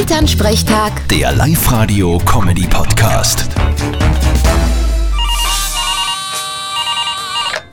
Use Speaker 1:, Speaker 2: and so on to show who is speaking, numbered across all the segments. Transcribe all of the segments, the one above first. Speaker 1: Elternsprechtag,
Speaker 2: Der Live-Radio-Comedy-Podcast.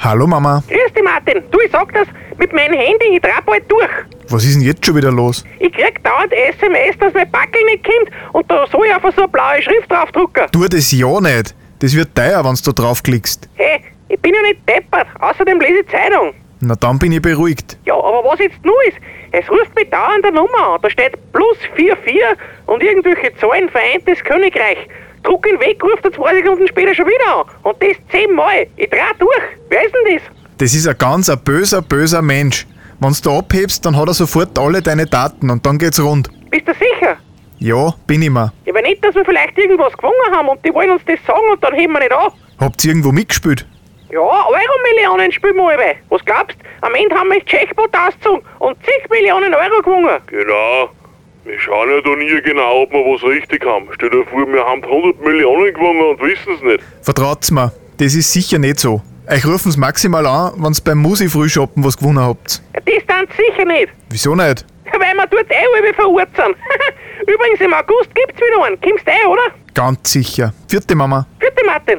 Speaker 3: Hallo Mama,
Speaker 4: Grüß dich, Martin. Du, ich sag das mit meinem Handy, ich trau bald durch.
Speaker 3: was ist denn jetzt schon wieder los?
Speaker 4: Ich krieg dauernd SMS, dass mein Backel nicht kommt und da soll ich einfach so eine blaue Schrift draufdrucken.
Speaker 3: Tu das ja nicht. Das wird teuer, wenn du da draufklickst.
Speaker 4: Hey, ich bin ja nicht deppert, außerdem lese ich Zeitung.
Speaker 3: Na dann bin ich beruhigt.
Speaker 4: Ja, aber was jetzt nur ist, es ruft mich dauernd eine Nummer an. Da steht plus 44 und irgendwelche Zahlen vereintes Königreich. Druck ihn weg, ruft er zwei Sekunden später schon wieder an. Und das zehnmal. Ich trau durch. Wer ist denn das?
Speaker 3: Das ist ein ganz ein böser, böser Mensch. Wenn du da abhebst, dann hat er sofort alle deine Daten und dann geht's rund.
Speaker 4: Bist du sicher?
Speaker 3: Ja, bin ich mir.
Speaker 4: Ich meine nicht, dass wir vielleicht irgendwas gewonnen haben und die wollen uns das sagen und dann heben wir nicht an.
Speaker 3: Habt ihr irgendwo mitgespielt?
Speaker 4: Ja, Euro-Millionen spielen wir alle. Was glaubst Am Ende haben wir das Jackpot ausgezogen und zig Millionen Euro gewonnen.
Speaker 5: Genau. Wir schauen ja da nie genau, ob wir was richtig haben. Stell dir vor, wir haben 100 Millionen gewonnen und wissen's nicht.
Speaker 3: Vertraut's mir, das ist sicher nicht so. Euch rufen's maximal an, wenn's beim Musi frühshoppen was gewonnen habt.
Speaker 4: Ja, Das dann sicher nicht,
Speaker 3: Wieso nicht?
Speaker 4: weil wir dort eh alle verurteilt sind. Übrigens, im August gibt's wieder einen. Kommst eh, oder?
Speaker 3: Ganz sicher. Vierte Mama.
Speaker 4: Gute Martin.